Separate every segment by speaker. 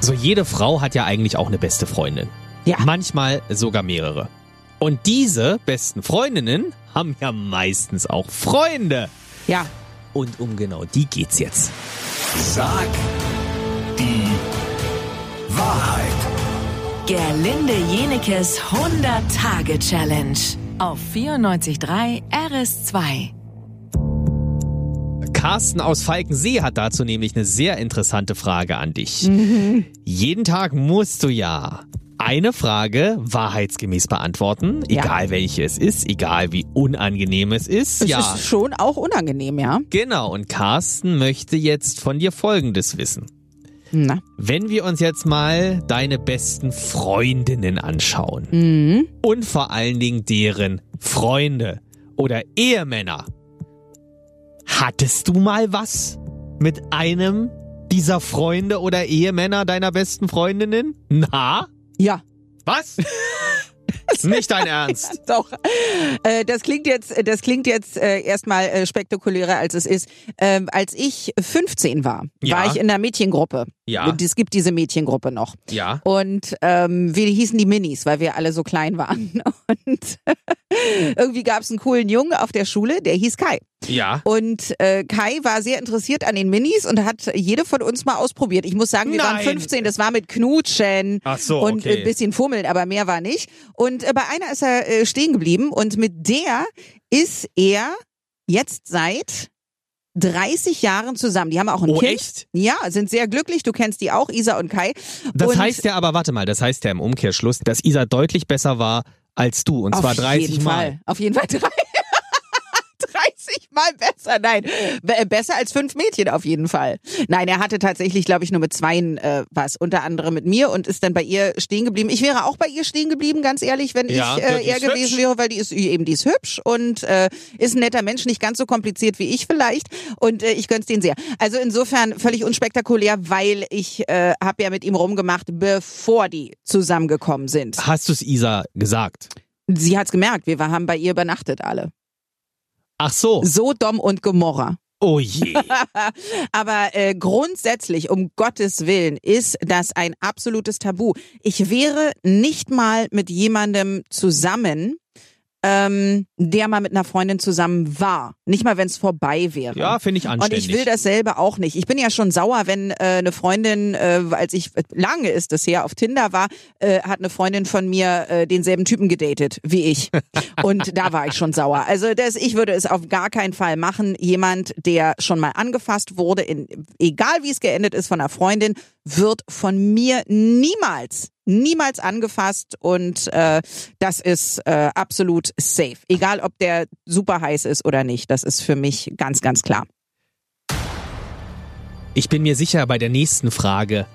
Speaker 1: So jede Frau hat ja eigentlich auch eine beste Freundin.
Speaker 2: Ja.
Speaker 1: Manchmal sogar mehrere. Und diese besten Freundinnen haben ja meistens auch Freunde.
Speaker 2: Ja.
Speaker 1: Und um genau die geht's jetzt.
Speaker 3: Sag die Wahrheit.
Speaker 4: Gerlinde Jenekes 100-Tage-Challenge auf 94.3 RS2.
Speaker 1: Carsten aus Falkensee hat dazu nämlich eine sehr interessante Frage an dich. Jeden Tag musst du ja eine Frage wahrheitsgemäß beantworten,
Speaker 2: Ja.
Speaker 1: egal welche es ist, egal wie unangenehm es ist.
Speaker 2: Es
Speaker 1: ja,
Speaker 2: ist schon auch unangenehm, ja.
Speaker 1: genau. Und Carsten möchte jetzt von dir Folgendes wissen.
Speaker 2: Na.
Speaker 1: Wenn wir uns jetzt mal deine besten Freundinnen anschauen
Speaker 2: Mhm.
Speaker 1: und vor allen Dingen deren Freunde oder Ehemänner, hattest du mal was mit einem dieser Freunde oder Ehemänner deiner besten Freundinnen? Na,
Speaker 2: Ja.
Speaker 1: was? Nicht dein Ernst.
Speaker 2: Doch. Äh, das klingt jetzt, das klingt jetzt äh, erstmal äh, spektakulärer, als es ist. Ähm, als ich 15 war,
Speaker 1: Ja.
Speaker 2: war ich in einer Mädchengruppe.
Speaker 1: Ja,
Speaker 2: Und es gibt diese Mädchengruppe noch.
Speaker 1: ja.
Speaker 2: Und ähm, wir hießen die Minis, weil wir alle so klein waren. Und irgendwie gab es einen coolen Jungen auf der Schule, der hieß Kai.
Speaker 1: Ja.
Speaker 2: Und äh, Kai war sehr interessiert an den Minis und hat jede von uns mal ausprobiert. Ich muss sagen, wir waren
Speaker 1: Nein.
Speaker 2: 15, das war mit Knutschen
Speaker 1: Ach so,
Speaker 2: und
Speaker 1: Oh,
Speaker 2: äh,
Speaker 1: okay.
Speaker 2: ein bisschen Fummeln, aber mehr war nicht. Und äh, bei einer ist er äh, stehen geblieben und mit der ist er jetzt seit 30 Jahren zusammen. Die haben auch ein
Speaker 1: Oh,
Speaker 2: Kind.
Speaker 1: echt?
Speaker 2: Ja, sind sehr glücklich. Du kennst die auch, Isa und Kai.
Speaker 1: Das
Speaker 2: und
Speaker 1: heißt ja aber, warte mal, das heißt ja im Umkehrschluss, dass Isa deutlich besser war als du. Und zwar 30
Speaker 2: jeden
Speaker 1: Mal.
Speaker 2: Fall. Auf jeden Fall drei. 30 Mal besser, nein. Be äh, besser als fünf Mädchen auf jeden Fall. Nein, er hatte tatsächlich, glaube ich, nur mit zweien äh, was, unter anderem mit mir und ist dann bei ihr stehen geblieben. Ich wäre auch bei ihr stehen geblieben, ganz ehrlich, wenn
Speaker 1: Ja,
Speaker 2: ich
Speaker 1: ja,
Speaker 2: äh,
Speaker 1: die
Speaker 2: er
Speaker 1: ist
Speaker 2: gewesen
Speaker 1: hübsch.
Speaker 2: wäre, weil die ist eben, die ist hübsch und äh, ist ein netter Mensch, nicht ganz so kompliziert wie ich vielleicht und äh, ich gönn's den sehr. Also insofern völlig unspektakulär, weil ich äh, habe ja mit ihm rumgemacht, bevor die zusammengekommen sind.
Speaker 1: Hast du es Isa gesagt?
Speaker 2: Sie hat's gemerkt, wir haben bei ihr übernachtet alle.
Speaker 1: Ach so.
Speaker 2: Sodom und Gomorra.
Speaker 1: Oh je.
Speaker 2: Aber äh, grundsätzlich, um Gottes Willen, ist das ein absolutes Tabu. Ich wäre nicht mal mit jemandem zusammen, ähm, der mal mit einer Freundin zusammen war. Nicht mal, wenn es vorbei wäre.
Speaker 1: Ja, finde ich
Speaker 2: Und
Speaker 1: anständig.
Speaker 2: ich will dasselbe auch nicht. Ich bin ja schon sauer, wenn äh, eine Freundin, äh, als ich lange ist das her auf Tinder war, äh, hat eine Freundin von mir äh, denselben Typen gedatet wie ich. Und da war ich schon sauer. Also das, ich würde es auf gar keinen Fall machen. Jemand, der schon mal angefasst wurde, in, egal wie es geendet ist von einer Freundin, wird von mir niemals niemals angefasst und äh, das ist äh, absolut safe. Egal, ob der super heiß ist oder nicht, das ist für mich ganz, ganz klar.
Speaker 1: Ich bin mir sicher, bei der nächsten Frage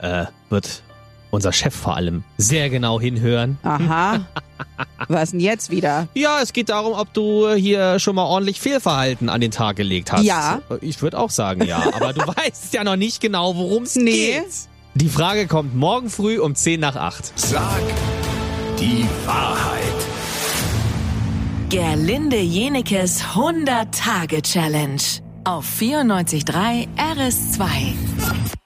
Speaker 1: äh, wird unser Chef vor allem sehr genau hinhören.
Speaker 2: Aha. Was denn jetzt wieder?
Speaker 1: Ja, es geht darum, ob du hier schon mal ordentlich Fehlverhalten an den Tag gelegt hast.
Speaker 2: Ja.
Speaker 1: Ich würde auch sagen ja, aber du weißt ja noch nicht genau, worum es
Speaker 2: Nee.
Speaker 1: geht. Die Frage kommt morgen früh um 10 nach 8.
Speaker 3: Sag die Wahrheit.
Speaker 4: Gerlinde Jenekes 100-Tage-Challenge auf 94.3 RS2.